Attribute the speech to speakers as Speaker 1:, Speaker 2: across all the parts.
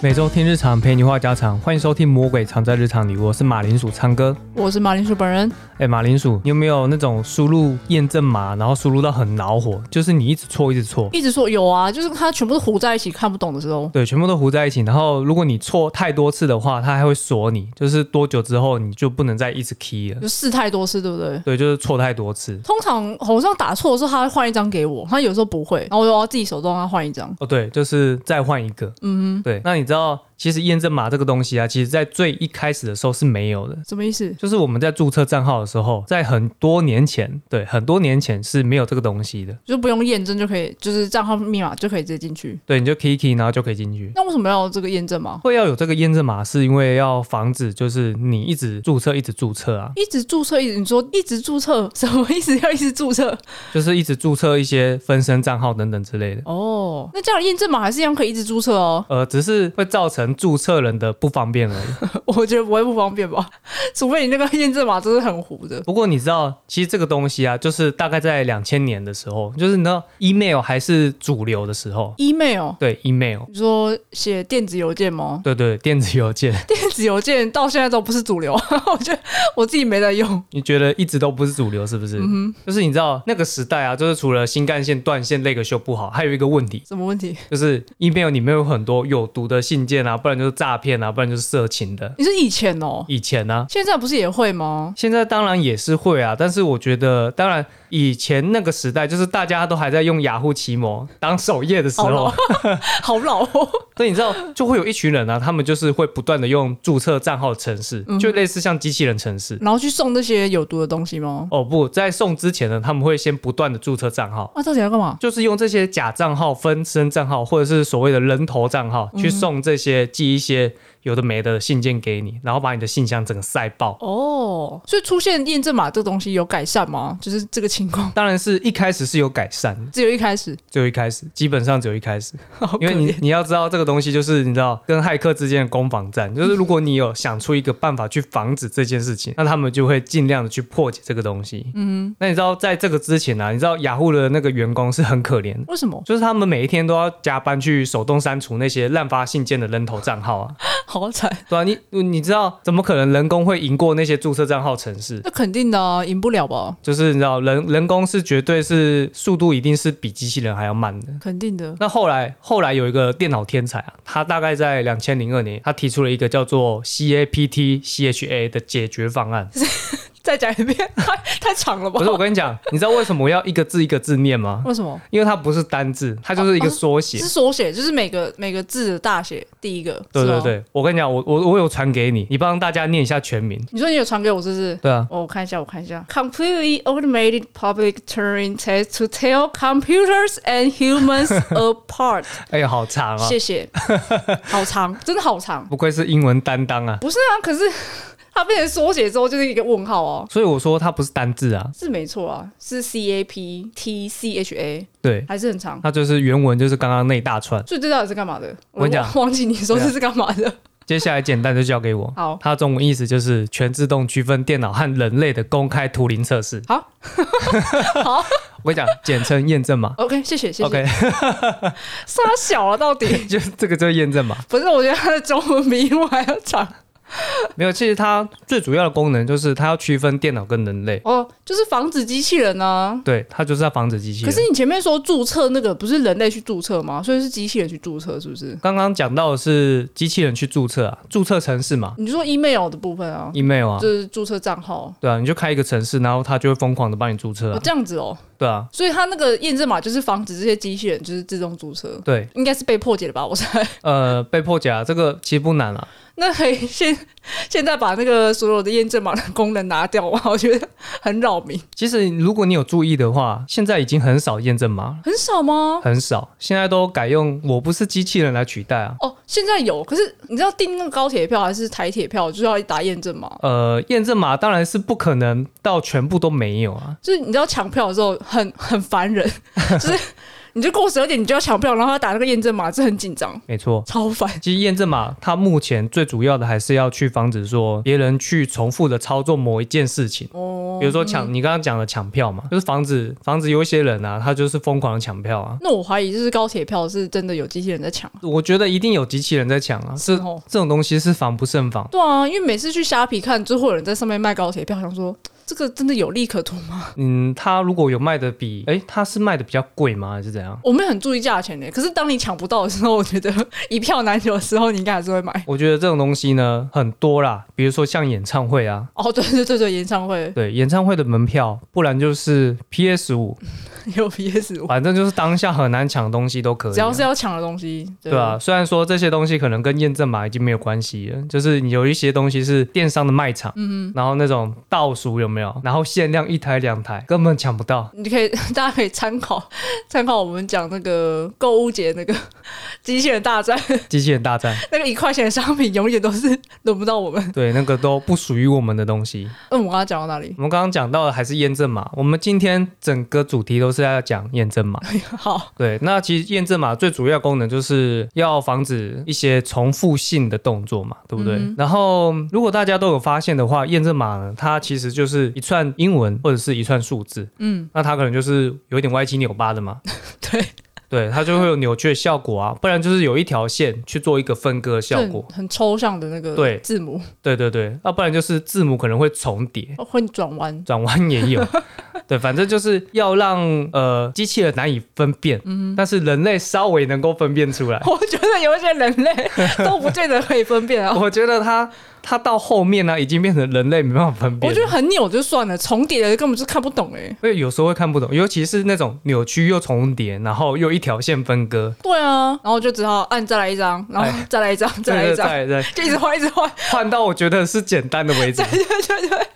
Speaker 1: 每周听日常，陪你话家常，欢迎收听《魔鬼藏在日常里》，我是马铃薯唱歌。
Speaker 2: 我是马铃薯本人，
Speaker 1: 哎，马铃薯，你有没有那种输入验证码，然后输入到很恼火，就是你一直错一直错，
Speaker 2: 一直说有啊，就是它全部都糊在一起，看不懂的时候，
Speaker 1: 对，全部都糊在一起。然后如果你错太多次的话，它还会锁你，就是多久之后你就不能再一直 key 了。
Speaker 2: 就试太多次，对不对？
Speaker 1: 对，就是错太多次。
Speaker 2: 通常好像打错的时候，他会换一张给我，他有时候不会，然后我又要自己手动让他换一张。
Speaker 1: 哦，对，就是再换一个。嗯，对。那你知道，其实验证码这个东西啊，其实在最一开始的时候是没有的，
Speaker 2: 什么意思？
Speaker 1: 就是我们在注册账号的时候，在很多年前，对，很多年前是没有这个东西的。
Speaker 2: 就不用验证就可以，就是账号密码就可以直接进去。
Speaker 1: 对，你就 key key，然后就可以进去。
Speaker 2: 那为什么要有这个验证码？
Speaker 1: 会要有这个验证码，是因为要防止就是你一直注册，一直注册啊，
Speaker 2: 一直注册，一直你说一直注册，什么意思？要一直注册？
Speaker 1: 就是一直注册一些分身账号等等之类的。
Speaker 2: 哦，那这样的验证码还是一样可以一直注册哦。
Speaker 1: 呃，只是会造成注册人的不方便而已。
Speaker 2: 我觉得不会不方便吧， 除非你那个验证码真是很糊的。
Speaker 1: 不过你知道，其实这个东西啊，就是大概在两千年的时候，就是你知道 email 还是主流的时候，
Speaker 2: email，
Speaker 1: 对 email，
Speaker 2: 你说写电子邮件吗？
Speaker 1: 对对，电子邮件，
Speaker 2: 电子邮件到现在都不是主流， 我觉得我自己没在用。
Speaker 1: 你觉得一直都不是主流是不是？就是你知道那个时代啊，就是除了新干线断线那个修不好，还有一个问题，
Speaker 2: 什么问题？
Speaker 1: 就是 email 里面有很多有毒的信件啊，不然就是诈骗啊，不然就是色情的。
Speaker 2: 你是以前哦，
Speaker 1: 以前呢、
Speaker 2: 现在不是也会吗？
Speaker 1: 现在当然也是会啊，但是我觉得，当然以前那个时代，就是大家都还在用雅虎奇摩当首页的时
Speaker 2: 好
Speaker 1: 候
Speaker 2: 老， 好老哦，
Speaker 1: 所以你知道，就会有一群人啊，他们就是会不断的用注册账号的程式，就类似像机器人程式。
Speaker 2: 然后去送那些有毒的东西吗？
Speaker 1: 哦不，在送之前呢，他们会先不断的注册账号，
Speaker 2: 啊，到底要干嘛？
Speaker 1: 就是用这些假账号、分身账号，或者是所谓的人头账号，
Speaker 2: 嗯
Speaker 1: 去送这些寄一些有的没的信件给你，然后把你的信箱整个塞爆。
Speaker 2: 哦，所以出现验证码这个东西有改善吗？就是这个情况，
Speaker 1: 当然是一开始是有改善的，
Speaker 2: 只有一开始，
Speaker 1: 只有一开始，基本上只有一开始，
Speaker 2: 好可
Speaker 1: 因为你
Speaker 2: 怜。
Speaker 1: 你要知道这个东西就是你知道跟骇客之间的攻防战，就是如果你有想出一个办法去防止这件事情，那他们就会尽量的去破解这个东西。嗯，那你知道在这个之前啊，你知道雅虎的那个员工是很可怜的，
Speaker 2: 为什么？
Speaker 1: 就是他们每一天都要加班去手动删除那些滥发信件的人头账号啊，
Speaker 2: 好惨，
Speaker 1: 对啊，你你知道怎么可能人工会赢过那些注册账号城市？
Speaker 2: 那肯定的啊，赢不了吧？
Speaker 1: 就是你知道人人工是绝对是速度一定是比机器人还要慢的。
Speaker 2: 肯定的。
Speaker 1: 那后来后来有一个电脑天才啊，他大概在两千零二年，他提出了一个叫做 CAPT CHA 的解决方案。
Speaker 2: 再讲一遍，太太长了吧
Speaker 1: 不？是我跟你讲，你知道为什么我要一个字一个字念吗？
Speaker 2: 为什么？
Speaker 1: 因为它不是单字，它就是一个缩写
Speaker 2: 是。缩写，就是每个每个字的大写第一个。
Speaker 1: 对
Speaker 2: 是
Speaker 1: 对
Speaker 2: 吗，
Speaker 1: 对，我跟你讲，我我我有传给你，你帮大家念一下全名。
Speaker 2: 你说你有传给我，是不是？
Speaker 1: 对啊，
Speaker 2: 哦，我看一下，我看一下，completely automated public Turing test to tell computers and humans apart 。
Speaker 1: 哎呀，好长啊，
Speaker 2: 谢 谢，好长，真的好长。
Speaker 1: 不愧是英文担当啊。
Speaker 2: 不是啊，可 是它变成缩写之后就是一个问号哦。
Speaker 1: 所以我说它不是单字啊，
Speaker 2: 是没错啊，是 C A P T C H A，
Speaker 1: 对，
Speaker 2: 还是很长。
Speaker 1: 它就是原文就是刚刚那一大串。
Speaker 2: 所以这到底是干嘛的？
Speaker 1: 我跟你讲
Speaker 2: 忘忘记你啊说这是干嘛的。
Speaker 1: 接下来简单就交给我。
Speaker 2: 好
Speaker 1: 它中文意思就是全自动区分电脑和人类的公开图灵测试。
Speaker 2: 好，好
Speaker 1: 我跟你讲，简称验证码。
Speaker 2: ，OK，谢谢，谢谢。
Speaker 1: OK，
Speaker 2: 傻小啊，到 底
Speaker 1: 就这个就是验证码。
Speaker 2: 不是？我觉得它的中文比英文还要长。
Speaker 1: 没有，其实它最主要的功能就是它要区分电脑跟人类。
Speaker 2: 哦，就是防止机器人啊。
Speaker 1: 对，它就是要防止机器
Speaker 2: 可
Speaker 1: 人。
Speaker 2: 是你前面说注册那个不是人类去注册吗？所以是机器人去注册，是不是？
Speaker 1: 刚刚讲到的是机器人去注册啊，注册城市嘛
Speaker 2: 你说 email 的部分啊，
Speaker 1: ，email 啊
Speaker 2: 就，是注册账号。
Speaker 1: 对啊，你就开一个城市，然后它就会疯狂的帮你注册
Speaker 2: 哦
Speaker 1: 啊，，
Speaker 2: 这样子哦，
Speaker 1: 对啊，
Speaker 2: 所以它那个验证码就是防止这些机器人就是自动注册，
Speaker 1: 对，
Speaker 2: 应该是被破解了吧？我猜。
Speaker 1: 呃，被破解啊，这个其实不难啊，
Speaker 2: 那可以现现在把那个所有的验证码的功能拿掉吗？我觉得很扰民，
Speaker 1: 其实如果你有注意的话，现在已经很少验证码了，
Speaker 2: 很少吗？
Speaker 1: 很少，现在都改用我不是机器人来取代啊。
Speaker 2: 哦，现在有，可是你知道订那个高铁票还是台铁票，就是要打验证码。
Speaker 1: 呃，验证码当然是不可能到全部都没有啊。
Speaker 2: 就是你知道抢票的时候很很烦 人，就是你就过十二点你就要抢票，然后他打那个验证码，这很紧张，
Speaker 1: 没错，
Speaker 2: 超烦。
Speaker 1: 其实验证码它目前最主要的还是要去防止说别人去重复的操作某一件事情。
Speaker 2: 哦，
Speaker 1: 比如说抢，你刚刚讲的抢票嘛，就是防止防止有一些人啊，他就是疯狂的抢票啊。
Speaker 2: 那我怀疑就是高铁票是真的有机器人在抢。
Speaker 1: 我觉得一定有机器人在抢啊，
Speaker 2: 是
Speaker 1: 是
Speaker 2: 哦
Speaker 1: 这种东西是防不胜防。
Speaker 2: 对啊，因为每次去虾皮看，就会有人在上面卖高铁票，想说这个真的有利可图吗？
Speaker 1: 嗯，他如果有卖的比，哎，他是卖的比较贵吗？还是怎样？
Speaker 2: 我没有很注意价钱呢、欸可是当你抢不到的时候，我觉得一票难求的时候，你应该还是会买。
Speaker 1: 我觉得这种东西呢很多啦，比如说像演唱会啊，
Speaker 2: 哦，对对对对，演唱会
Speaker 1: 对，演唱会的门票，不然就是 PS 五，
Speaker 2: 有 PS 五，
Speaker 1: 反正就是当下很难抢的东西都可以啊、
Speaker 2: 只要是要抢的东西，
Speaker 1: 对啊，虽然说这些东西可能跟验证码已经没有关系了，就是你有一些东西是电商的卖场，嗯，然后那种倒数有没有，然后限量一台两台，根本抢不 到。
Speaker 2: 你可以，大家可以参考参考我们讲那个购物节那个机器人大战，
Speaker 1: 机器人大战，
Speaker 2: 那个一块钱的商品永远都是轮不到我们。
Speaker 1: 对，那个都不属于我们的东西。
Speaker 2: 嗯，我刚刚讲到哪里？
Speaker 1: 我们刚刚讲到的还是验证码，我们今天整个主题都是要讲验证码。
Speaker 2: 好，
Speaker 1: 对，那其实验证码最主要功能就是要防止一些重复性的动作嘛，对不对？然后如果大家都有发现的话，验证码呢，它其实就是一串英文或者是一串数字，嗯，那它可能就是有点歪七扭八的嘛，
Speaker 2: 对，
Speaker 1: 对，它就会有扭曲的效果啊，不然就是有一条线去做一个分割的效
Speaker 2: 就
Speaker 1: 果
Speaker 2: 很，很抽象的那个
Speaker 1: 对
Speaker 2: 字母
Speaker 1: 对对对，啊要、不然就是字母可能会重叠，
Speaker 2: 会转弯。
Speaker 1: 转弯也有。 对，反正就是要让呃机器人难以分辨，但是人类稍微能够分辨出来。
Speaker 2: 我觉得有一些人类都不见得可以分辨啊。
Speaker 1: 我觉得它它到后面呢、已经变成人类没办法分辨
Speaker 2: 我
Speaker 1: 了，
Speaker 2: 觉得很扭就算了，重叠的根本就看不懂哎、
Speaker 1: 因为有时候会看不懂，尤其是那种扭曲又重叠，然后又一条线分割，
Speaker 2: 对啊，然后就只好按再来一张，然后再来一张，再来一张，
Speaker 1: 对对，
Speaker 2: 就一直换，一直换。
Speaker 1: 换到我觉得是简单的为 止。
Speaker 2: 对对对，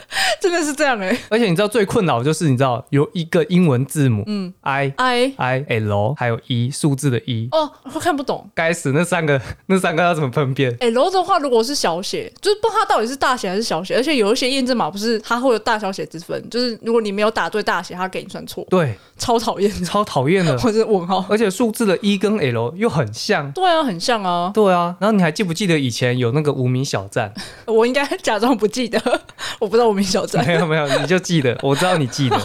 Speaker 2: 真的是这样哎、
Speaker 1: 而且你知道最困扰的就是你知道有一个英文字母，嗯，i
Speaker 2: I
Speaker 1: i l 还有 e 数字的 e，
Speaker 2: 哦，会看不懂。
Speaker 1: 该死，那三个 那三个要怎么分辨？
Speaker 2: 哎、楼的话，如果是小写，就是不知道它到底是大写还是小写，而且有一些验证码不是它会有大小写之分，就是如果你没有打对大写，它给你算错，
Speaker 1: 对，
Speaker 2: 超讨厌的，
Speaker 1: 超讨厌的。
Speaker 2: 或者问号。
Speaker 1: 而且数字的一跟 L 又很像。
Speaker 2: 对啊，很像啊，
Speaker 1: 对啊，然后你还记不记得以前有那个无名小站？
Speaker 2: 我应该假装不记得， 我不知道我名小 站。
Speaker 1: 没有没有，你就记得，我知道你记得。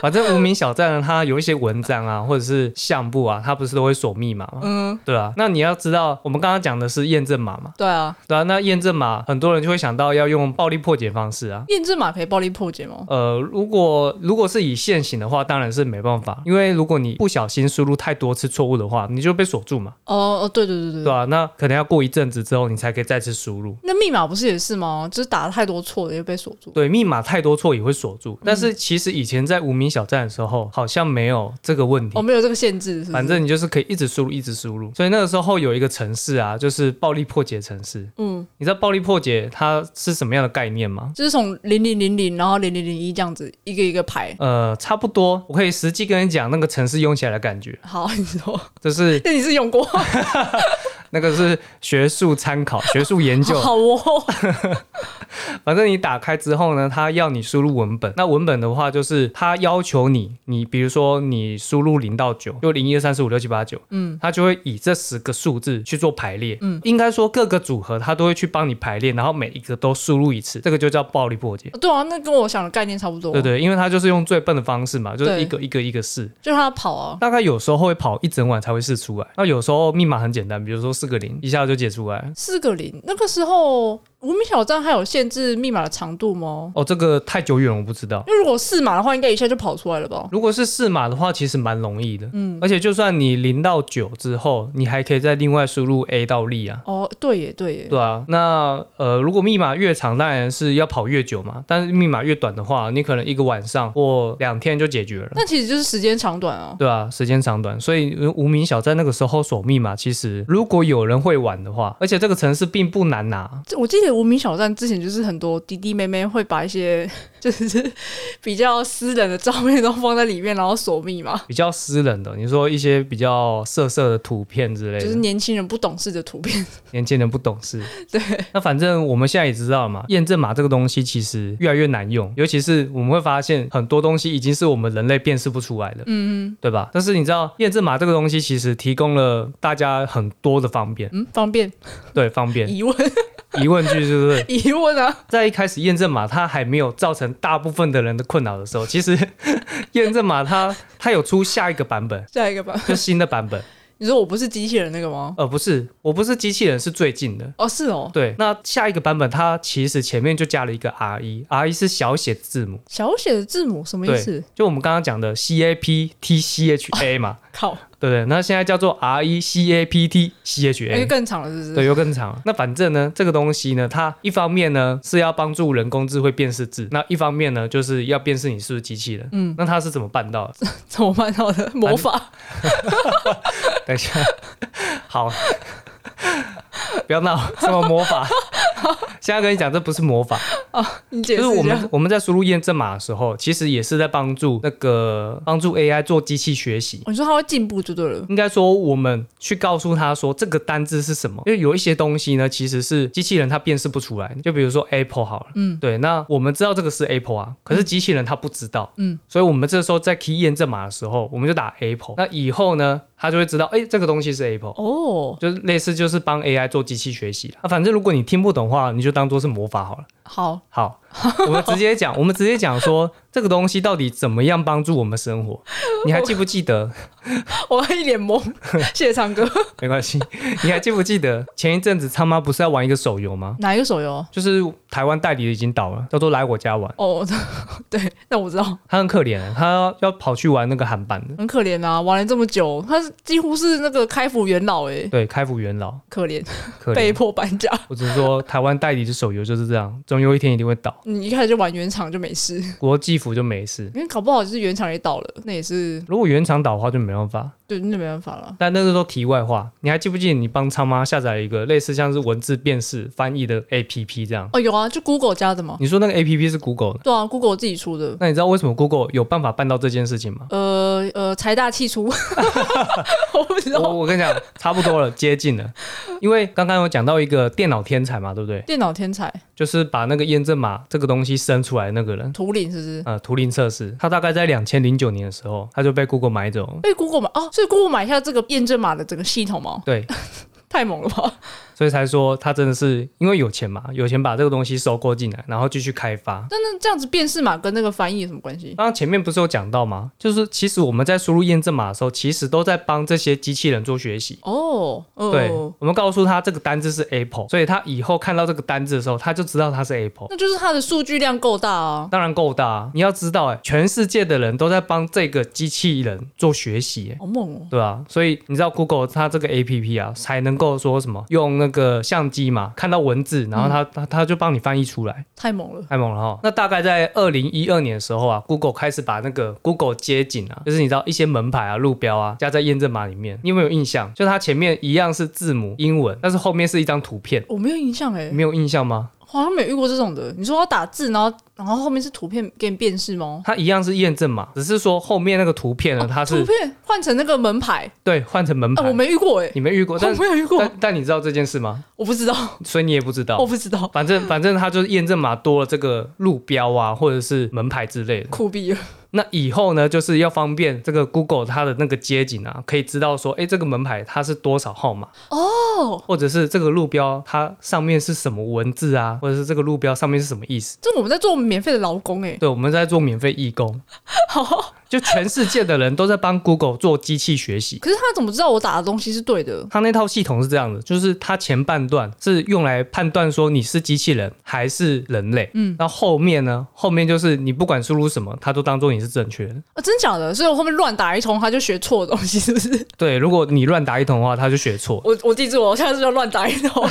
Speaker 1: 反正无名小站呢啊它有一些文章啊，或者是项目啊，它不是都会锁密码吗？
Speaker 2: 嗯，
Speaker 1: 对啊，那你要知道，我们刚刚讲的是验证码嘛，
Speaker 2: 对啊，
Speaker 1: 对啊，那验证码很多人就会想到要用暴力破解方式啊。
Speaker 2: 验证码可以暴力破解吗？
Speaker 1: 呃，如果如果是以现行的话，当然是没办法，因为如果你不小心输入太多次错误的话，你就被锁住嘛，
Speaker 2: 哦哦，对对对对
Speaker 1: 对啊，那可能要过一阵子之后，你才可以再次输入。
Speaker 2: 那密码不是也是吗？就是打了太多错了，又被锁住。
Speaker 1: 对，密码太多错也会锁住。但是其实以前在无名小站的时候，好像没有这个问题
Speaker 2: 哦，。没有这个限制，是不是
Speaker 1: 反正你就是可以一直输入，一直输入。所以那个时候有一个城市啊，就是暴力破解城市。
Speaker 2: 嗯，
Speaker 1: 你知道暴力破解它是什么样的概念吗？
Speaker 2: 就是从零零零零，然后零零零一这样子一个一个排。
Speaker 1: 呃，差不多，我可以实际跟你讲那个城市用起来的感觉，
Speaker 2: 好，你说，
Speaker 1: 就是
Speaker 2: 那你是用过？
Speaker 1: 那个是学术参考、学术研究。
Speaker 2: 好哦，
Speaker 1: 反正你打开之后呢，它要你输入文本。那文本的话，就是它要求你，你比如说你输入零到九，就零一二三四五六七八九，嗯，它就会以这十个数字去做排列，嗯，应该说各个组合它都会去帮你排列，然后每一个都输入一次，这个就叫暴力破解。
Speaker 2: 对啊，那跟我想的概念差不多。
Speaker 1: 对，对，因为它就是用最笨的方式嘛，就是
Speaker 2: 对
Speaker 1: 一个一个一个试，
Speaker 2: 就让他跑啊。
Speaker 1: 大概有时候会跑一整晚才会试出来。那有时候密码很简单，比如说四个零，一下就解出来。
Speaker 2: 四个零，那个时候无名小站还有限制密码的长度吗？
Speaker 1: 哦，这个太久远了，我不知道。
Speaker 2: 因为如果四码的话，应该一下就跑出来了吧？
Speaker 1: 如果是四码的话，其实蛮容易的。嗯，而且就算你零到九之后，你还可以再另外输入 A 到力啊。
Speaker 2: 哦，对耶，对耶，
Speaker 1: 对啊，那呃，如果密码越长，当然是要跑越久嘛。但是密码越短的话，你可能一个晚上或两天就解决了。
Speaker 2: 那其实就是时间长短啊。
Speaker 1: 对啊，时间长短，所以呃无名小站那个时候锁密码，其实如果有人会玩的话，而且这个城市并不难拿，
Speaker 2: 这我记得无名小站之前就是很多弟弟妹妹会把一些就是 比较私人的照片都放在里面，然后锁密码，
Speaker 1: 比较私人的，你说一些比较色色的图片之类的，
Speaker 2: 就是年轻人不懂事的图片。
Speaker 1: 年轻人不懂 事。
Speaker 2: 对，
Speaker 1: 那反正我们现在也知道了嘛，验证码这个东西其实越来越难用，尤其是我们会发现很多东西已经是我们人类辨识不出来的，嗯，对吧？但是你知道，验证码这个东西其实提供了大家很多的方便，
Speaker 2: 嗯，方便
Speaker 1: 对，方便。
Speaker 2: 疑问。
Speaker 1: 疑问句是不是？
Speaker 2: 疑问啊，
Speaker 1: 在一开始验证码它还没有造成大部分的人的困扰的时候，其实 验证码它它有出下一个版本，
Speaker 2: 下一个吧。
Speaker 1: 就新的版本，
Speaker 2: 你说我不是机器人那个吗？
Speaker 1: 呃，不是，我不是机器人，是最近的。
Speaker 2: 哦，是哦，
Speaker 1: 对，那下一个版本它其实前面就加了一个 R 一，R 一是小写字母，
Speaker 2: 小写的字母什么意
Speaker 1: 对
Speaker 2: 思？，
Speaker 1: 就我们刚刚讲的 C A P T C H A 嘛，
Speaker 2: 靠，
Speaker 1: 对不对？那现在叫做 R 一 C A P T C H
Speaker 2: 那就
Speaker 1: A。
Speaker 2: 更长了，是不
Speaker 1: 对，
Speaker 2: 是？
Speaker 1: 又更长了。那反正呢，这个东西呢，它一方面呢是要帮助人工智慧辨识字，那一方面呢就是要辨识你是不是机器人。嗯，那它是怎么办 到的？
Speaker 2: 怎么办到的？魔法
Speaker 1: 等一下， 好， 不要闹，什么魔 法？现在跟你讲，这不是魔法，
Speaker 2: 你解
Speaker 1: 就是
Speaker 2: 释
Speaker 1: 我
Speaker 2: 一下
Speaker 1: 们。我们在输入验证码的时候，其实也是在帮助那个帮助 AI 做机器学习。
Speaker 2: 我说它会进步就对了，
Speaker 1: 应该说，我们去告诉他说这个单字是什么，因为有一些东西呢，其实是机器人它辨识不出来。就比如说 Apple 好了，嗯，对，那我们知道这个是 Apple 啊，可是机器人它不知道，嗯，所以我们这时候在 key 验证码的时候，我们就打 Apple，那以后呢，它就会知道，哎、这个东西是 Apple。
Speaker 2: 哦，
Speaker 1: 就是类似就是帮 AI 做机器学习啊，反正如果你听不懂的话，你就当做是魔法好了。
Speaker 2: 好，
Speaker 1: 好，我们直接讲，我们直接讲说这个东西到底怎么样帮助我们生活？你还记不记得？
Speaker 2: 我一脸懵。谢谢唱歌，
Speaker 1: 没关系，你还记不记得前一阵子他妈不是要玩一个手游吗？
Speaker 2: 哪一个手游？
Speaker 1: 就是台湾代理的已经倒了，叫做来我家玩。
Speaker 2: 哦， 对，那我知道，
Speaker 1: 他很可怜，他要跑去玩那个韩版的，
Speaker 2: 很可怜啊，玩了这么久，他是几乎是那个开服元老哎、
Speaker 1: 对，开服元老，
Speaker 2: 可怜，
Speaker 1: 可
Speaker 2: 被
Speaker 1: 怜。
Speaker 2: 迫搬家。
Speaker 1: 我只是说，台湾代理的手游就是这样，总有一天一定会倒。
Speaker 2: 你一开始就玩原厂就没事，
Speaker 1: 国际服就没事，
Speaker 2: 因为搞不好就是原厂也倒了，那也是
Speaker 1: 如果原厂倒的话就没办法。
Speaker 2: 对，那没办法了。
Speaker 1: 但那个都题外话，你还记不记得你帮苍妈下载了一个类似像是文字辨识翻译的 APP 这样？
Speaker 2: 哦，有啊，就 Google 家的嘛。
Speaker 1: 你说那个 APP 是 Google 的，
Speaker 2: 对啊，Google 自己出的。
Speaker 1: 那你知道为什么 Google 有办法办到这件事情 吗？
Speaker 2: 呃呃，财大气粗， 我不知
Speaker 1: 我
Speaker 2: 道。
Speaker 1: 我跟你讲，差不多了，接近了。因为刚刚有讲到一个电脑天才嘛，对不对？
Speaker 2: 电脑天才
Speaker 1: 就是把那个验证码这个东西生出来的那个人，
Speaker 2: 图灵是不是？
Speaker 1: 呃，图灵测试，他大概在两千零九年的时候，他就被 Google 买走了。
Speaker 2: 被 Google 买哦，所以 Google 买下这个验证码的整个系统吗？
Speaker 1: 对，
Speaker 2: 太猛了吧！
Speaker 1: 所以才说他真的是因为有钱嘛，有钱把这个东西收购进来，然后继续开发。
Speaker 2: 但那这样子辨识码跟那个翻译有什么关系？
Speaker 1: 刚刚前面不是有讲到吗？就是其实我们在输入验证码的时候，其实都在帮这些机器人做学习。
Speaker 2: 哦，哦
Speaker 1: 对，我们告诉他这个单字是 Apple，所以他以后看到这个单字的时候，他就知道它是 Apple。
Speaker 2: 那就是它的数据量够大啊。
Speaker 1: 当然够大、啊。你要知道、欸，哎，全世界的人都在帮这个机器人做学习、欸，
Speaker 2: 好猛哦！
Speaker 1: 对啊，所以你知道 Google 它这个 A P P 啊，才能够说什么用那个相机嘛，看到文字，然后它它它就帮你翻译出来，
Speaker 2: 太猛了。
Speaker 1: 太猛了哈。那大概在二零一二年的时候啊，Google 开始把那个 Google 街景啊，就是你知道一些门牌啊、路标啊，加在验证码里面，你有没有印象？就它前面一样是字母英文，但是后面是一张图片，
Speaker 2: 我没有印象哎、
Speaker 1: 你没有印象吗？
Speaker 2: 好像没有遇过这种的。你说要打字，然后然后后面是图片给你辨识吗？
Speaker 1: 它一样是验证码，只是说后面那个图片呢，它
Speaker 2: 哦图
Speaker 1: 是
Speaker 2: 片换成那个门牌，
Speaker 1: 对换成门
Speaker 2: 啊，
Speaker 1: 牌
Speaker 2: 我。没遇过哎、
Speaker 1: 你没遇过，但
Speaker 2: 我没有遇过，哦
Speaker 1: 但但你知道这件事吗？
Speaker 2: 我不知道，
Speaker 1: 所以你也不知
Speaker 2: 我
Speaker 1: 道。
Speaker 2: 不知道，
Speaker 1: 反正反正他就是验证码多了这个路标啊，或者是门牌之类的。
Speaker 2: 酷毙了！
Speaker 1: 那以后呢，就是要方便这个 Google 它的那个街景啊，可以知道说，哎，这个门牌它是多少号码哦，或者是这个路标它上面是什么文字啊，或者是这个路标上面是什么意思。
Speaker 2: 这我们在做免费的劳工哎、
Speaker 1: 对，我们在做免费义工，
Speaker 2: 好，
Speaker 1: 就全世界的人都在帮 Google 做机器学习。
Speaker 2: 可是他怎么知道我打的东西是对的？
Speaker 1: 它那套系统是这样的，就是它前半段是用来判断说你是机器人还是人类，嗯，那后面呢？后面就是你不管输入什么，它都当做你是正确的。
Speaker 2: 啊，真假的？所以我后面乱打一通，他就学错的东西，是不是？
Speaker 1: 对，如果你乱打一通的话，它就学错。
Speaker 2: 我我记住了，我下次就乱打一通。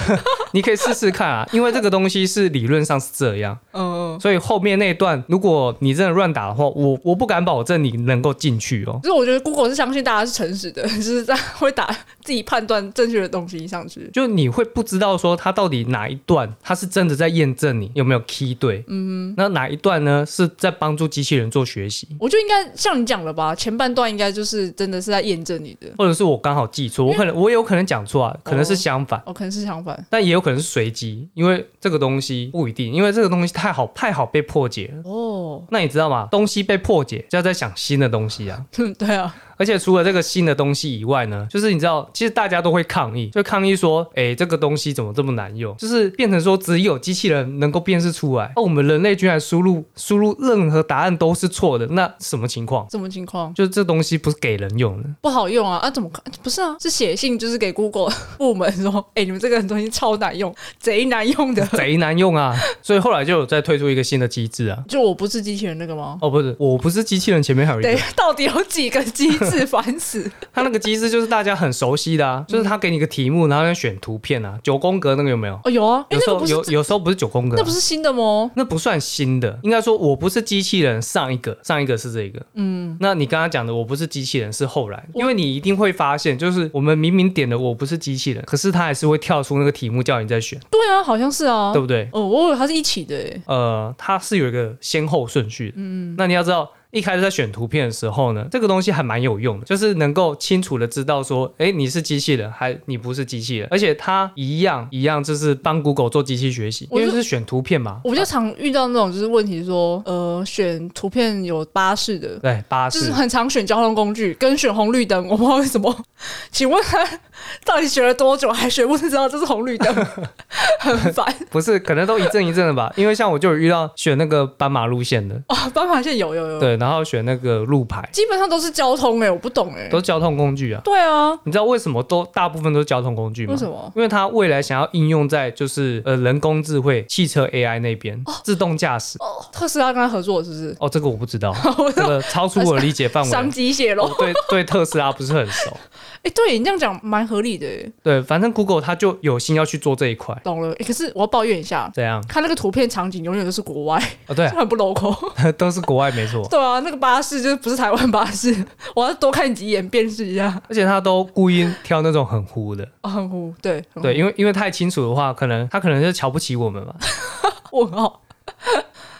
Speaker 1: 你可以试试看啊，因为这个东西是理论上是这样，
Speaker 2: 嗯，
Speaker 1: 所以后面那一段如果你真的乱打的话，我我不敢保证你能够进去哦。
Speaker 2: 就是我觉得 Google 是相信大家是诚实的， 就是在会打自己判断正确的东西上去。
Speaker 1: 就你会不知道说它到底哪一段它是真的在验证你有没有 key 对，嗯，那哪一段呢是在帮助机器人做学习，
Speaker 2: 我就应该像你讲的吧，前半段应该就是真的是在验证你的，
Speaker 1: 或者是我刚好记错，我可能我有可能讲错啊，可能是相反，
Speaker 2: 哦，可能是相反。
Speaker 1: 但也有可能是随机，因为这个东西不一定，因为这个东西太好太好被破解了。
Speaker 2: 哦，
Speaker 1: 那你知道吗？东西被破解就要再想新的东西啊，
Speaker 2: 对啊，
Speaker 1: 而且除了这个新的东西以外呢，就是你知道，其实大家都会抗议，就抗议说，哎、这个东西怎么这么难用？就是变成说只有机器人能够辨识出来，那哦我们人类居然输入输入任何答案都是错的，那什么情况？
Speaker 2: 什么情况？
Speaker 1: 就是这东西不是给人用的，
Speaker 2: 不好用啊啊？怎么看？不是啊，是写信就是给 Google 部门说，哎、你们这个东西超难用，贼难用的。
Speaker 1: 贼难用啊！所以后来就有再推出一个新的机制啊。
Speaker 2: 就我不是机器人那个吗？
Speaker 1: 哦，不是，我不是机器人，前面还有一个
Speaker 2: 对，，到底有几个机制？ 烦死！
Speaker 1: 它那个机制就是大家很熟悉的啊，就是它给你一个题目，然后要选图片啊，九宫格那个有没有？
Speaker 2: 哦，有啊，哎、
Speaker 1: 有时
Speaker 2: 那个
Speaker 1: 候
Speaker 2: 不是
Speaker 1: 有有时候不是九宫格啊、
Speaker 2: 那不是新的吗？
Speaker 1: 那不算新的，应该说我不是机器人，上一个上一个是这个，嗯，那你刚刚讲的我不是机器人是后来，因为你一定会发现，就是我们明明点的我不是机器人，可是它还是会跳出那个题目叫你在选，
Speaker 2: 对啊，好像是啊。
Speaker 1: 对不对？
Speaker 2: 哦，我以为它是一起的诶。
Speaker 1: 呃，它是有一个先后顺序的，嗯，那你要知道。一开始在选图片的时候呢，这个东西还蛮有用的，就是能够清楚的知道说，哎，你是机器人还你不是机器人，而且它一样一样就是帮 Google 做机器学习，因
Speaker 2: 我就
Speaker 1: 为是选图片嘛，
Speaker 2: 我就常遇到那种就是问题说，呃，选图片有巴士的，
Speaker 1: 对，巴
Speaker 2: 就
Speaker 1: 士
Speaker 2: 是很常选交通工具，跟选红绿灯，我不知道为什么。 请问他到底学了多久，还学不知道这是红绿灯， 很烦
Speaker 1: 不是，可能都一阵一阵的吧。 因为像我就有遇到选那个斑马路线的，
Speaker 2: 哦。斑马线有有有，
Speaker 1: 对，然后选那个路牌，
Speaker 2: 基本上都是交通哎、我不懂哎、
Speaker 1: 都是交通工具啊。
Speaker 2: 对啊，
Speaker 1: 你知道为什么都大部分都是交通工具吗？
Speaker 2: 为什么？
Speaker 1: 因为它未来想要应用在就是呃人工智慧、汽车 AI 那边，自动驾驶。
Speaker 2: 哦，特斯拉跟他合作是不是？
Speaker 1: 哦，这个我不 知道，这个超出我的理解范围啊
Speaker 2: 商
Speaker 1: 了。
Speaker 2: 机泄露
Speaker 1: 我，对对特斯拉不是很熟。
Speaker 2: 哎、对你这样讲蛮合理的、欸，
Speaker 1: 对，反正 Google 它就有心要去做这一块，
Speaker 2: 懂了、欸可是我要抱怨一下，
Speaker 1: 怎样？
Speaker 2: 看那个图片场景永远都是国外，
Speaker 1: 哦，对、
Speaker 2: 很不 local。
Speaker 1: 啊，都是国外没错。
Speaker 2: 对啊，那个巴士就是不是台湾巴士， 我要多看几眼辨识一下。
Speaker 1: 而且它都故意挑那种很糊的，
Speaker 2: 哦，很糊，对，很糊
Speaker 1: 对，，因为因为太清楚的话，可能他可能就瞧不起我们嘛。
Speaker 2: 问号。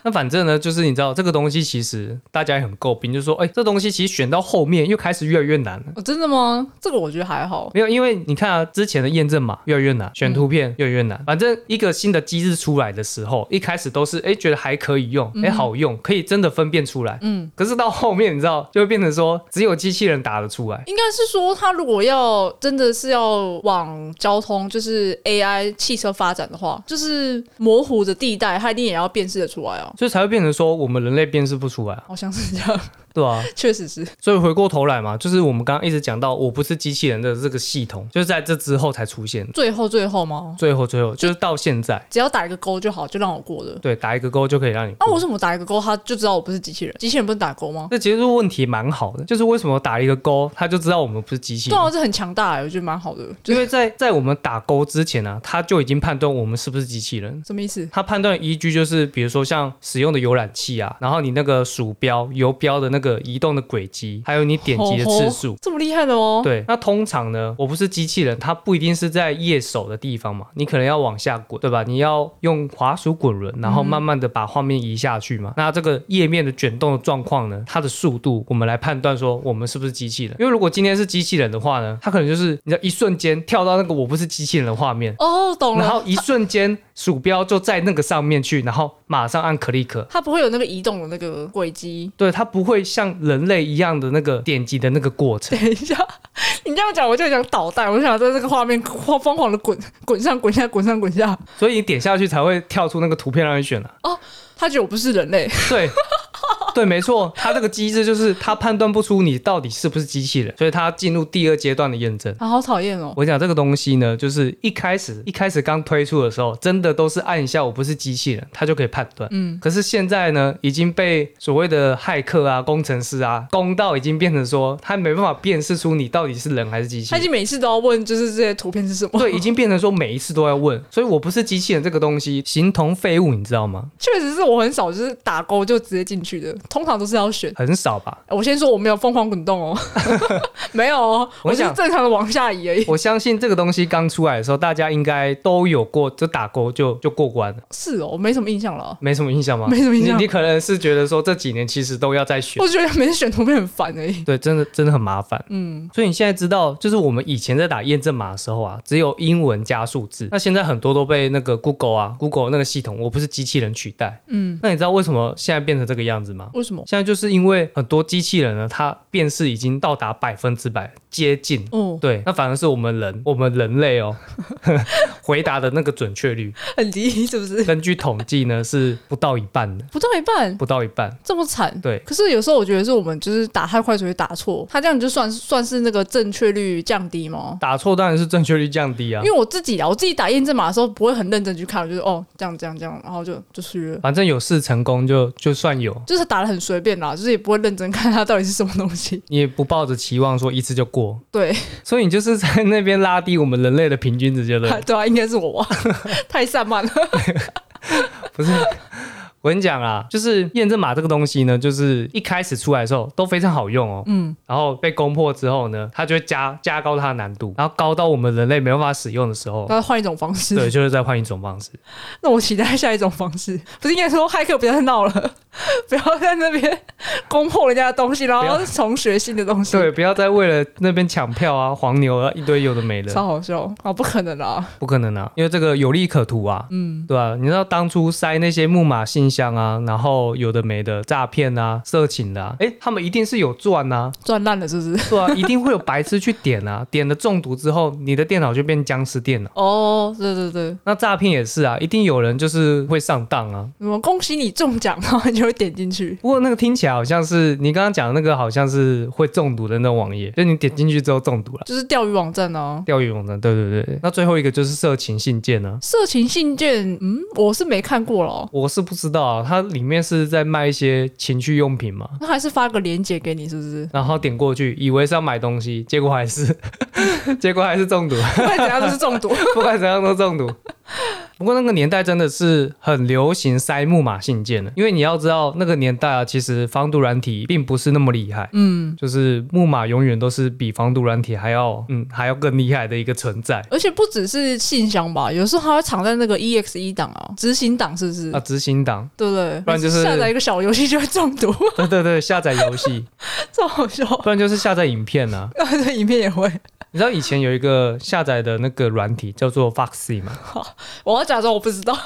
Speaker 1: 那反正呢，就是你知道这个东西，其实大家也很诟病，就是说，哎、这东西其实选到后面又开始越来越难了。
Speaker 2: 哦，真的吗？这个我觉得还好。
Speaker 1: 没有，因为你看啊，之前的验证码越来越难，选图片越来越难。反正一个新的机制出来的时候，一开始都是哎、觉得还可以用，哎、好用，可以真的分辨出来。嗯。可是到后面你知道，就会变成说只有机器人打得出来。
Speaker 2: 应该是说，他如果要真的是要往交通，就是 AI 汽车发展的话，就是模糊的地带，他一定也要辨识得出来啊。
Speaker 1: 所以才会变成说我们人类辨识不出来啊，
Speaker 2: 好像是这样，
Speaker 1: 对吧、啊？
Speaker 2: 确实是。
Speaker 1: 所以回过头来嘛，就是我们刚刚一直讲到我不是机器人的这个系统，就是在这之后才出现的。
Speaker 2: 最后最后吗？
Speaker 1: 最后，最后就是到现在，
Speaker 2: 只要打一个勾就好，就让我过了。
Speaker 1: 对，打一个勾就可以让你过。
Speaker 2: 那、哦我为什么打一个勾，他就知道我不是机器人？机器人不是打勾吗？
Speaker 1: 这其实这个问题蛮好的，就是为什么打一个勾，他就知道我们不是机器
Speaker 2: 对
Speaker 1: 人。
Speaker 2: 啊，这很强大、欸，我觉得蛮好的。就
Speaker 1: 因
Speaker 2: 是
Speaker 1: 为在在我们打勾之前呢、啊，他就已经判断我们是不是机器人。
Speaker 2: 什么意思？
Speaker 1: 他判断的依据就是，比如说像使用的浏览器啊，然后你那个鼠标、游标的那个移动的轨迹，还有你点击的次数。
Speaker 2: 这么厉害的哦？
Speaker 1: 对，那通常呢，我不是机器人，它不一定是在页手的地方嘛，你可能要往下滚，对吧？你要用滑鼠滚轮，然后慢慢的把画面移下去嘛。那这个页面的卷动的状况呢，它的速度，我们来判断说我们是不是机器人。因为如果今天是机器人的话呢，它可能就是你知道一瞬间跳到那个我不是机器人的画面，
Speaker 2: 哦，懂
Speaker 1: 然
Speaker 2: 了。
Speaker 1: 后一瞬间鼠标就在那个上面去，然后马上按 click。
Speaker 2: 它不会有那个移动的那个轨迹。
Speaker 1: 对，它不会像人类一样的那个点击的那个过程。
Speaker 2: 等一下，你这样讲我就很想捣蛋，我就想在这个画面疯疯狂的滚滚上滚下滚上滚下。
Speaker 1: 所以你点下去才会跳出那个图片让你选啊。
Speaker 2: 他觉得我不是人类，
Speaker 1: 对。对，没错，它这个机制就是它判断不出你到底是不是机器人，所以它进入第二阶段的验证。
Speaker 2: 他好讨厌哦。
Speaker 1: 我讲这个东西呢，就是一开始一开始刚推出的时候，真的都是按一下我不是机器人，它就可以判断。嗯，可是现在呢，已经被所谓的骇客啊、工程师啊攻到，已经变成说他没办法辨识出你到底是人还是机器
Speaker 2: 他已
Speaker 1: 人。
Speaker 2: 经每次都要问，就是这些图片是什么？
Speaker 1: 对，已经变成说每一次都要问，所以我不是机器人这个东西形同废物，你知道吗？
Speaker 2: 确实是我很少就是打勾就直接进去的，通常都是要选。哎
Speaker 1: 很少吧。
Speaker 2: 我先说我没有疯狂滚动 哦，没有哦，
Speaker 1: 我
Speaker 2: 我是
Speaker 1: 想
Speaker 2: 正常的往下移而已。
Speaker 1: 我相信这个东西刚出来的时候，大家应该都有过，就打勾就就过关了，
Speaker 2: 是哦，我没什么印象了哦。
Speaker 1: 没什么印象吗？
Speaker 2: 没什么印象哦
Speaker 1: 你你可能是觉得说这几年其实都要再选。
Speaker 2: 我觉得每次选图片很烦而已。
Speaker 1: 对，真的真的很麻烦。嗯，所以你现在知道，就是我们以前在打验证码的时候啊，只有英文加数字，那现在很多都被那个 Google 啊，Google 那个系统，我不是机器人取代。嗯，那你知道为什么现在变成这个样子吗？
Speaker 2: 为什么？
Speaker 1: 现在就是因为很多机器人呢，它辨识已经到达百分之百接近。
Speaker 2: 哦，
Speaker 1: 对，那反而是我们人，我们人类哦， 回答的那个准确率，
Speaker 2: 很低是不是？
Speaker 1: 根据统计呢是不到一半的，
Speaker 2: 不到一半，
Speaker 1: 不到一半。
Speaker 2: 这么惨。
Speaker 1: 对
Speaker 2: 可是有时候我觉得是我们就是打太快，所以打错。他这样就算算是那个正确率降低吗？
Speaker 1: 打错当然是正确率降低啊
Speaker 2: 因为，我自己啊，我自己打验证码的时候不会很认真去看，我就是哦这样这样这样，然后就就去了，
Speaker 1: 反正有事成功就就算有，
Speaker 2: 就是打的很随便啦，就是也不会认真看它到底是什么东西。
Speaker 1: 你也不抱着期望说一次就过，
Speaker 2: 对，。
Speaker 1: 所以你就是在那边拉低我们人类的平均值，就对了
Speaker 2: 对啊， 应该是我吧，太散漫了。
Speaker 1: 不是，我跟你讲啊，就是验证码这个东西呢，就是一开始出来的时候都非常好用哦，嗯，然后被攻破之后呢，它就会加加高它的难度，然后高到我们人类没办法使用的时候。
Speaker 2: 那换一种方
Speaker 1: 对，
Speaker 2: 式，
Speaker 1: 就是再换一种方式。
Speaker 2: 那我期待下一种方式，不是应该说骇客不要再闹了， 不要在那边攻破人家的东西，然
Speaker 1: 不
Speaker 2: 后
Speaker 1: 要
Speaker 2: 重学新的东西，
Speaker 1: 对，不要再为了那边抢票啊、 黄牛啊一堆有的没的，
Speaker 2: 超好笑啊！不可能啦，
Speaker 1: 不可能啊，因为这个有利可图啊，嗯，对吧、你知道当初塞那些木马信箱啊，然后有的没的诈骗啊、色情的、啊，哎，他们一定是有赚啊，
Speaker 2: 赚烂了是不是？
Speaker 1: 对 啊，一定会有白痴去点啊，点了中毒之后，你的电脑就变僵尸电脑。
Speaker 2: 哦，对对对，
Speaker 1: 那诈骗也是啊，一定有人就是会上当啊。
Speaker 2: 我们恭喜你中奖，然 后你就会点进去。
Speaker 1: 不过那个听起来好像是你刚刚讲的那个，好像是会中毒的那种网页，就你点进去之后中毒了。
Speaker 2: 就是钓鱼网站哦、
Speaker 1: 钓鱼网站，对对对对。那最后一个就是色情信件呢、啊，
Speaker 2: 色情信件，嗯，我是没看过了、哦。
Speaker 1: 我是不知道啊，它里面是在卖一些情趣用品嘛，？
Speaker 2: 那还是发个链接给你，是不是
Speaker 1: 然后点过去以为是要买东西，结果还是 结果还是中毒，
Speaker 2: 不管怎样都是中毒。
Speaker 1: 不管怎样都中毒。不过那个年代真的是很流行塞木马信件的，因为你要知道那个年代啊，其实防毒软体并不是那么厉害，
Speaker 2: 嗯，
Speaker 1: 就是木马永远都是比防毒软体还要嗯还要更厉害的一个存在
Speaker 2: 而且不只是信箱吧，有时候它会藏在那个 EXE 档啊，执行档是不是？
Speaker 1: 啊，执行党，
Speaker 2: 对不对？
Speaker 1: 不然就是
Speaker 2: 下载一个小游戏就会中毒，
Speaker 1: 对对对，下载游戏，
Speaker 2: 超好笑。
Speaker 1: 不然就是下载影片啊。
Speaker 2: 然后这影片也会，
Speaker 1: 你知道以前有一个下载的那个软体叫做 Foxy 吗？
Speaker 2: 我要假装我不知道，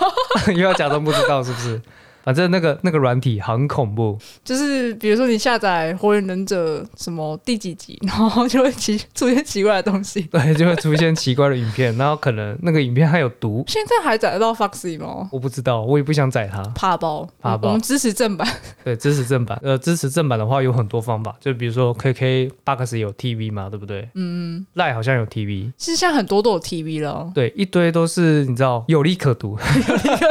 Speaker 1: 又要假装不知道是不是？反正那个那个软体很恐怖，
Speaker 2: 就是比如说你下载《火影忍者》什么第几集，然后就会奇出现奇怪的东西。
Speaker 1: 对，就会出现奇怪的影片，然后可能那个影片还有毒，
Speaker 2: 现在还载得到 Foxy 吗？
Speaker 1: 我不知道，我也不想宰它。
Speaker 2: 怕包，
Speaker 1: 怕包
Speaker 2: 我们支持正版。
Speaker 1: 对，支持正版，呃，支持正版的话有很多方法，就比如说 KK Box 有 TV 嘛，对不对？嗯嗯，赖好像有 TV，
Speaker 2: 其实现在很多都有 TV 了。
Speaker 1: 对，一堆都是你知道有利可图，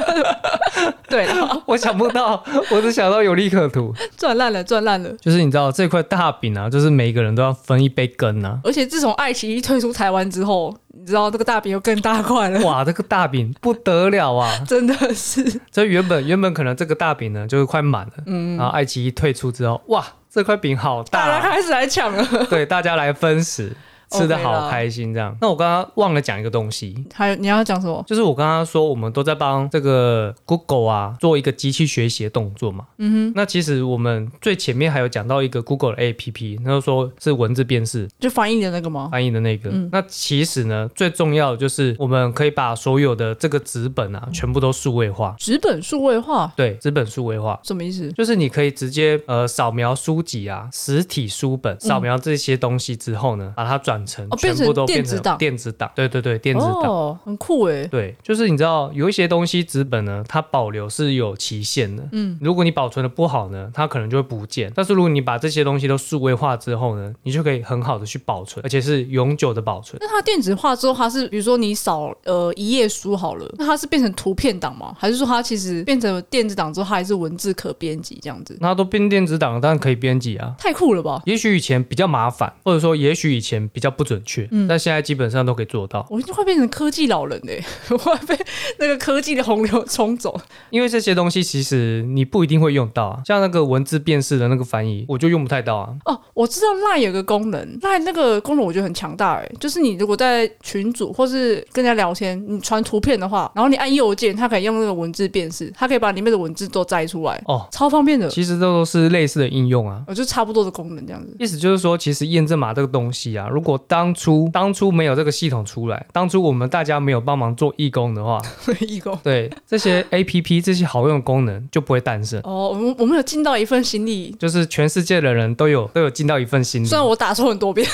Speaker 2: 对 啦，
Speaker 1: 我想不到，我只想到有利可图，
Speaker 2: 赚烂了，赚烂了。
Speaker 1: 就是你知道这块大饼啊，就是每一个人都要分一杯羹啊。
Speaker 2: 而且自从爱奇艺退出台湾之后，你知道这个大饼又更大块了，
Speaker 1: 哇，这个大饼不得了啊！
Speaker 2: 真的是
Speaker 1: 这原本原本可能这个大饼呢就是快满了，然后爱奇艺退出之后，哇，这块饼好
Speaker 2: 嗯大家
Speaker 1: 大，啊
Speaker 2: 开始来抢了。
Speaker 1: 对，大家来分食，吃的
Speaker 2: OK
Speaker 1: 好
Speaker 2: 啦
Speaker 1: 开心这样。那我刚刚忘了讲一个东西。
Speaker 2: 还有你要讲什么？
Speaker 1: 就是我刚刚说，我们都在帮这个 Google 啊做一个机器学习的动作嘛。嗯哼。那其实我们最前面还有讲到一个 Google 的 APP，那就说是文字辨识
Speaker 2: 就翻译的那个吗？
Speaker 1: 翻译的那个。
Speaker 2: 嗯
Speaker 1: 那其实呢，最重要的就是我们可以把所有的这个纸本啊，全部都数位化。
Speaker 2: 纸本数位化
Speaker 1: 对，纸本数位化。
Speaker 2: 什么意思？
Speaker 1: 就是你可以直接呃扫描书籍啊，实体书本扫描这些东西之后呢，把它转成、
Speaker 2: 嗯哦
Speaker 1: 全
Speaker 2: 变成
Speaker 1: 部都变
Speaker 2: 电子档
Speaker 1: 电子档，对对对，电子档。
Speaker 2: 哦，很酷诶。
Speaker 1: 对，就是你知道有一些东西纸本呢，它保留是有期限的。嗯，如果你保存的不好呢，它可能就会不见。但是如果你把这些东西都数位化之后呢，你就可以很好的去保存，而且是永久的保存。
Speaker 2: 那它电子化之后，它是比如说你扫呃一页书好了，那它是变成图片档吗？还是说它其实变成电子档之后，它还是文字可编辑这样子？
Speaker 1: 那都变电子档了，当然可以编辑啊。
Speaker 2: 太酷了吧！
Speaker 1: 也许以前比较麻烦，或者说也许以前比较不准确，
Speaker 2: 嗯
Speaker 1: 但现在基本上都可以做到。
Speaker 2: 我就快变成科技老人嘞、 我快被那个科技的洪流冲走。
Speaker 1: 因为这些东西其实你不一定会用到啊，像那个文字辨识的那个翻译，我就用不太到啊。
Speaker 2: 哦，我知道 LINE 有个功能，LINE 那个功能我觉得很强大哎、就是你如果在群组或是跟人家聊天，你传图片的话，然后你按右键，它可以用那个文字辨识，它可以把里面的文字都摘出来，
Speaker 1: 哦，
Speaker 2: 超方便的。
Speaker 1: 其实这都是类似的应用啊。
Speaker 2: 我就差不多的功能这样子。
Speaker 1: 意思就是说，其实验证码这个东西啊，如果当初当初没有这个系统出来，当初我们大家没有帮忙做义工的话，
Speaker 2: 义工。
Speaker 1: 对这些 A P P 这些好用的功能就不会诞生。
Speaker 2: 哦，我们我们有尽到一份心力，
Speaker 1: 就是全世界的人都有都有尽到一份心力，
Speaker 2: 虽然我打错很多遍，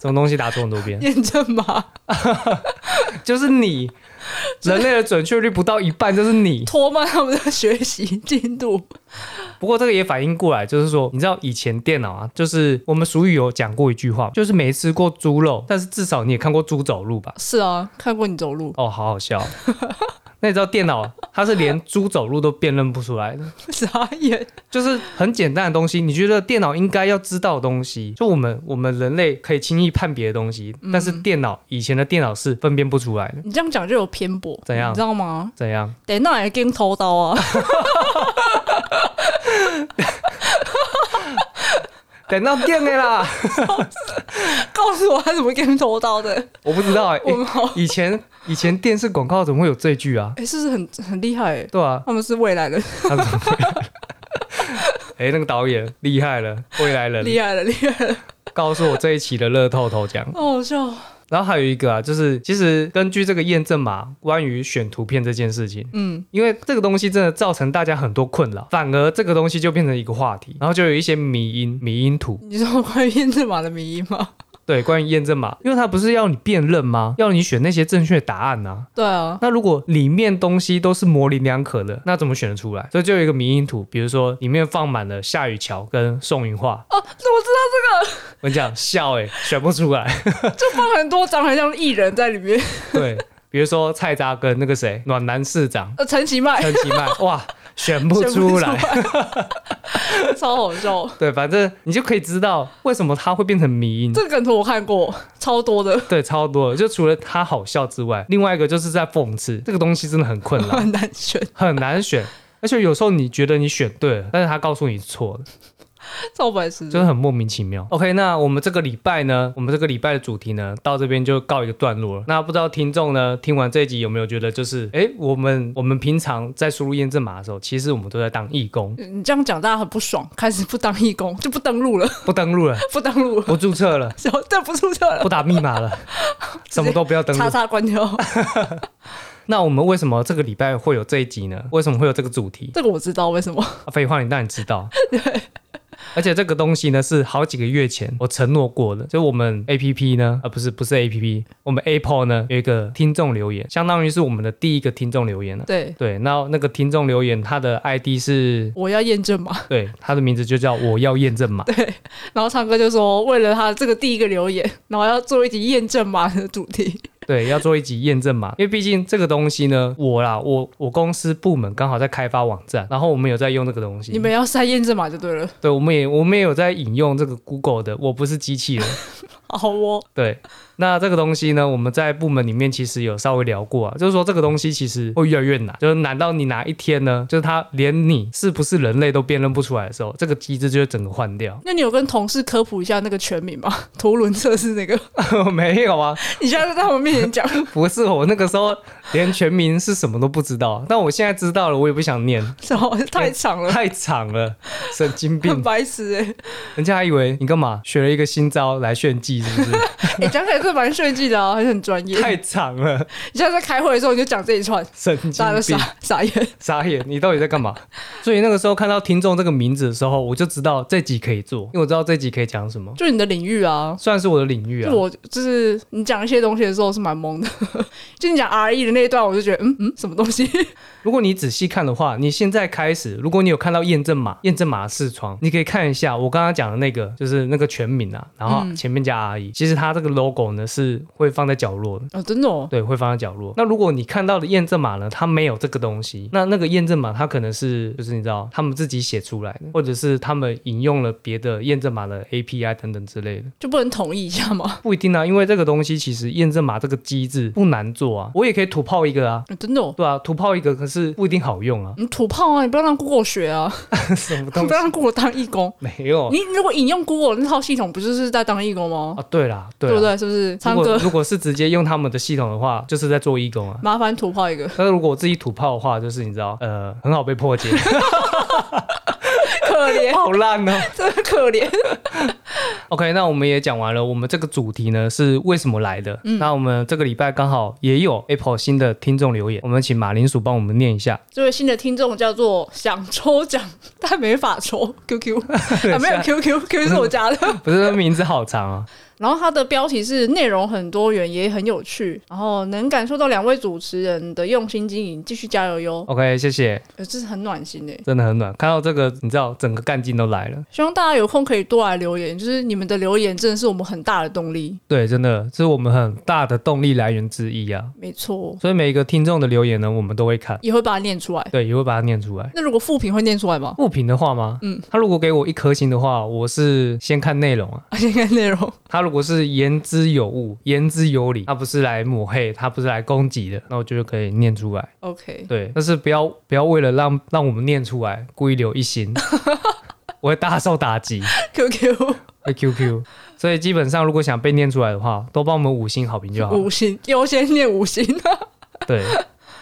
Speaker 1: 什么东西打错很多遍，
Speaker 2: 验证码
Speaker 1: 就是你人类的准确率不到一半，就是你。
Speaker 2: 拖慢他们的学习进度。
Speaker 1: 不过这个也反映过来，就是说，你知道以前电脑啊，就是我们俗语有讲过一句话，就是没吃过猪肉，但是至少你也看过猪走路吧？
Speaker 2: 是啊，看过你走路，
Speaker 1: 哦，好好笑。那你知道电脑它是连猪走路都辨认不出来的，
Speaker 2: 傻眼。
Speaker 1: 就是很简单的东西，你觉得电脑应该要知道的东西，就我们我们人类可以轻易判别的东西，
Speaker 2: 嗯
Speaker 1: 但是电脑以前的电脑是分辨不出来的。
Speaker 2: 你这样讲就有偏颇，
Speaker 1: 怎样
Speaker 2: 你知道吗？
Speaker 1: 怎样？
Speaker 2: 等那也跟偷刀啊，
Speaker 1: 等到电了啦，
Speaker 2: 告诉我他怎么跟偷 刀的。
Speaker 1: 我不知道哎、欸
Speaker 2: 我们好，
Speaker 1: 以前以前电视广告怎么会有这句啊？
Speaker 2: 哎、是不是很很厉害、欸？
Speaker 1: 对啊，
Speaker 2: 他们是未来人，
Speaker 1: 他怎么会哎、那个导演厉害了，未来人
Speaker 2: 厉害了，厉害了，
Speaker 1: 告诉我这一期的乐透头奖。
Speaker 2: 好好笑哦。
Speaker 1: 然后还有一个啊，就是其实根据这个验证码，关于选图片这件事情，
Speaker 2: 嗯，
Speaker 1: 因为这个东西真的造成大家很多困扰，反而这个东西就变成一个话题，然后就有一些迷因迷因图，
Speaker 2: 你知道关于验证码的迷因吗？
Speaker 1: 对，关于验证码，因为它不是要你辨认吗？要你选那些正确答案啊。
Speaker 2: 对啊，
Speaker 1: 那如果里面东西都是模棱两可的，那怎么选得出来？所以就有一个迷因图，比如说里面放满了夏雨乔跟宋云画，
Speaker 2: 哦，我知道这
Speaker 1: 我讲笑哎、选不出来。
Speaker 2: 个，就放很多长得很像艺人在里面，
Speaker 1: 对，比如说蔡扎跟那个谁暖男市长
Speaker 2: 呃，陈其迈
Speaker 1: 陈其迈，哇，哎选不
Speaker 2: 选
Speaker 1: 出来。
Speaker 2: 超好笑。哦
Speaker 1: 对，反正你就可以知道为什么他会变成迷因。
Speaker 2: 这个梗图我看过，超多的，
Speaker 1: 对，超多的。就除了他好笑之外，另外一个就是在讽刺，这个东西真的很困 扰，
Speaker 2: 很难选，
Speaker 1: 很难选。而且有时候你觉得你选对了，但是他告诉你错了。
Speaker 2: 超白痴的。
Speaker 1: 就是很莫名其妙。OK，那我们这个礼拜呢，我们这个礼拜的主题呢，到这边就告一个段落了。那不知道听众呢，听完这一集有没有觉得，就是诶，我们我们平常在输入验证码的时候，其实我们都在当义工，
Speaker 2: 你这样讲大家很不爽，开始不当义工 就不登录了，
Speaker 1: 不登录了，
Speaker 2: 不登录了，
Speaker 1: 不注册了，
Speaker 2: 然后这不注册了，
Speaker 1: 不打密码了，什么都不要登录
Speaker 2: 叉。叉关掉。
Speaker 1: 那我们为什么这个礼拜会有这一集呢？为什么会有这个主题？
Speaker 2: 这个我知道为什么，
Speaker 1: 啊废话，你当然知 道。而且这个东西呢，是好几个月前我承诺过的，就我们 A P P 呢，啊不是不是 A P P，我们 Apple 呢有一个听众留言，相当于是我们的第一个听众留言了。
Speaker 2: 对，
Speaker 1: 对，那那个听众留言，他的 ID 是，
Speaker 2: 我要验证嘛。
Speaker 1: 对，他的名字就叫我要验证码。
Speaker 2: 然后唱歌就说，为了他这个第一个留言，然后要做一集验证码的主题。
Speaker 1: 对，要做一集验证码，因为毕竟这个东西呢，我啦，我我公司部门刚好在开发网站，然后我们有在用这个东西。
Speaker 2: 你们要塞验证码就对了。
Speaker 1: 对，我们也我们也有在引用这个 Google 的，我不是机器人。
Speaker 2: 好哦，
Speaker 1: 对，那这个东西呢，我们在部门里面其实有稍微聊过啊，就是说这个东西其实会越来越难，就是难到你哪一天呢，就是它连你是不是人类都辨认不出来的时候，这个机制就会整个换掉。
Speaker 2: 那你有跟同事科普一下那个全名吗？ 图伦测试那个，
Speaker 1: 没有啊，
Speaker 2: 你现在在他们面前讲，
Speaker 1: 不是我那个时候连全名是什么都不知道，但我现在知道了，我也不想念，
Speaker 2: 然后太长了，
Speaker 1: 太长了，神经
Speaker 2: 很
Speaker 1: 病，
Speaker 2: 白痴哎、欸。
Speaker 1: 人家还以为你干嘛学了一个新招来炫技，是不 是？
Speaker 2: 你、哎讲起来是蛮炫技的啊，还是很专业。
Speaker 1: 太长了，
Speaker 2: 你现在在开会的时候你就讲这一串，
Speaker 1: 神
Speaker 2: 大家都
Speaker 1: 经病。
Speaker 2: 傻傻眼。
Speaker 1: 傻眼，你到底在干嘛？所以那个时候看到听众这个名字的时候，我就知道这集可以做，因为我知道这集可以讲什么，
Speaker 2: 就你的领域啊，
Speaker 1: 算是我的领域啊
Speaker 2: 就。我就是你讲一些东西的时候是蛮懵的，就你讲 R E 的那一段，我就觉得嗯嗯什么东西，
Speaker 1: 如果你仔细看的话，你现在开始，如果你有看到验证码、验证码视窗，你可以看一下我刚刚讲的那个，就是那个全名啊，然后前面加 R E，、其实它这个 logo 呢是会放在角落的。
Speaker 2: 哦真的哦，
Speaker 1: 对，会放在角落。那如果你看到的验证码呢，它没有这个东西，那那个验证码它可能是就是你知道他们自己写出来的，或者是他们引用了别的验证码的 API 等等之类的。
Speaker 2: 就不能统一一下吗？
Speaker 1: 不一定啊，因为这个东西其实验证码这个机制不难做啊，我也可以土炮一个啊，
Speaker 2: 哦真的哦，，
Speaker 1: 对啊，土炮一个可是不一定好用啊
Speaker 2: 你土炮啊，你不要让 Google 学啊，
Speaker 1: 什么
Speaker 2: 你
Speaker 1: 东
Speaker 2: 不
Speaker 1: 西
Speaker 2: 要让 Google 当义工。
Speaker 1: 没有
Speaker 2: 你如果引用 Google 那套系统，不就是在当义工吗？
Speaker 1: 哦啊？对啦，对
Speaker 2: 对不
Speaker 1: 啦，
Speaker 2: 对？是不是？
Speaker 1: 如
Speaker 2: 唱
Speaker 1: 果
Speaker 2: 歌
Speaker 1: 如果是直接用他们的系统的话，就是在做义工啊。
Speaker 2: 麻烦土炮一个，
Speaker 1: 但是如果我自己土炮的话，就是你知道，呃，很好被破解，
Speaker 2: 可怜，
Speaker 1: 好烂哦。
Speaker 2: 真的可怜。
Speaker 1: OK，那我们也讲完了，我们这个主题呢是为什么来的？
Speaker 2: 嗯
Speaker 1: 那我们这个礼拜刚好也有 Apple 新的听众留言，我们请马铃薯帮我们念一下。
Speaker 2: 这位新的听众叫做想抽奖但没法抽 QQ，啊没有 QQ，QQ 是我家的。
Speaker 1: 不是名字好长啊，
Speaker 2: 然后它的标题是内容很多元，也很有趣，然后能感受到两位主持人的用心经营，继续加油哟！
Speaker 1: OK，谢谢，
Speaker 2: 呃，这是很暖心诶。
Speaker 1: 真的很暖。看到这个，你知道整个干劲都来了。
Speaker 2: 希望大家有空可以多来留言，就是你们的留言真的是我们很大的动力。
Speaker 1: 对，真的这是我们很大的动力来源之一啊。
Speaker 2: 没错，
Speaker 1: 所以每一个听众的留言呢，我们都会看，
Speaker 2: 也会把它念出来。
Speaker 1: 对，也会把它念出来。
Speaker 2: 那如果副评会念出来 吗？
Speaker 1: 物品的话吗？嗯，他如果给我一颗星的话，我是先看内容啊。
Speaker 2: 啊先看内容，
Speaker 1: 他如果是言之有物、言之有理，他不是来抹黑，他不是来攻击的，那我觉得可以念出来。
Speaker 2: OK，
Speaker 1: 对，但是不要不要为了让让我们念出来，故意留一星，我会大受打击。
Speaker 2: QQ
Speaker 1: 会 QQ，所以基本上如果想被念出来的话，都帮我们五星好评就好了。
Speaker 2: 五星优先念五星，
Speaker 1: 对，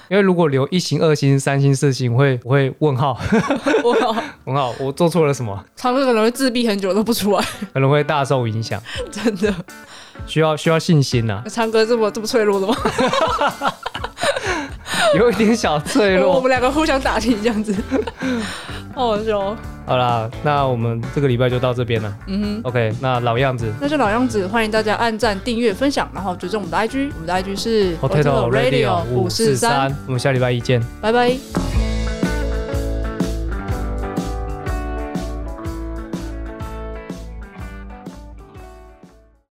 Speaker 1: 因为如果留一星、二星、三星、四星，我会我会问号
Speaker 2: 哇，
Speaker 1: 问号，我做错了什么？
Speaker 2: 他们可能会自闭很久都不出来，
Speaker 1: 可能会大受影响，
Speaker 2: 真的。
Speaker 1: 需要需要信心啊呐、
Speaker 2: 唱歌这么这么脆弱的吗？
Speaker 1: 有一点小脆
Speaker 2: 我
Speaker 1: 弱。
Speaker 2: 们两个互相打气这样 子，好好笑哦。
Speaker 1: 好啦，那我们这个礼拜就到这边了。嗯，OK，那老样子
Speaker 2: 那就老样子，欢迎大家按赞、订阅、分享，然后追踪我们的 IG，我们的 IG 是
Speaker 1: ，Potato Radio 五四三，，我们下礼拜一见。
Speaker 2: 拜拜。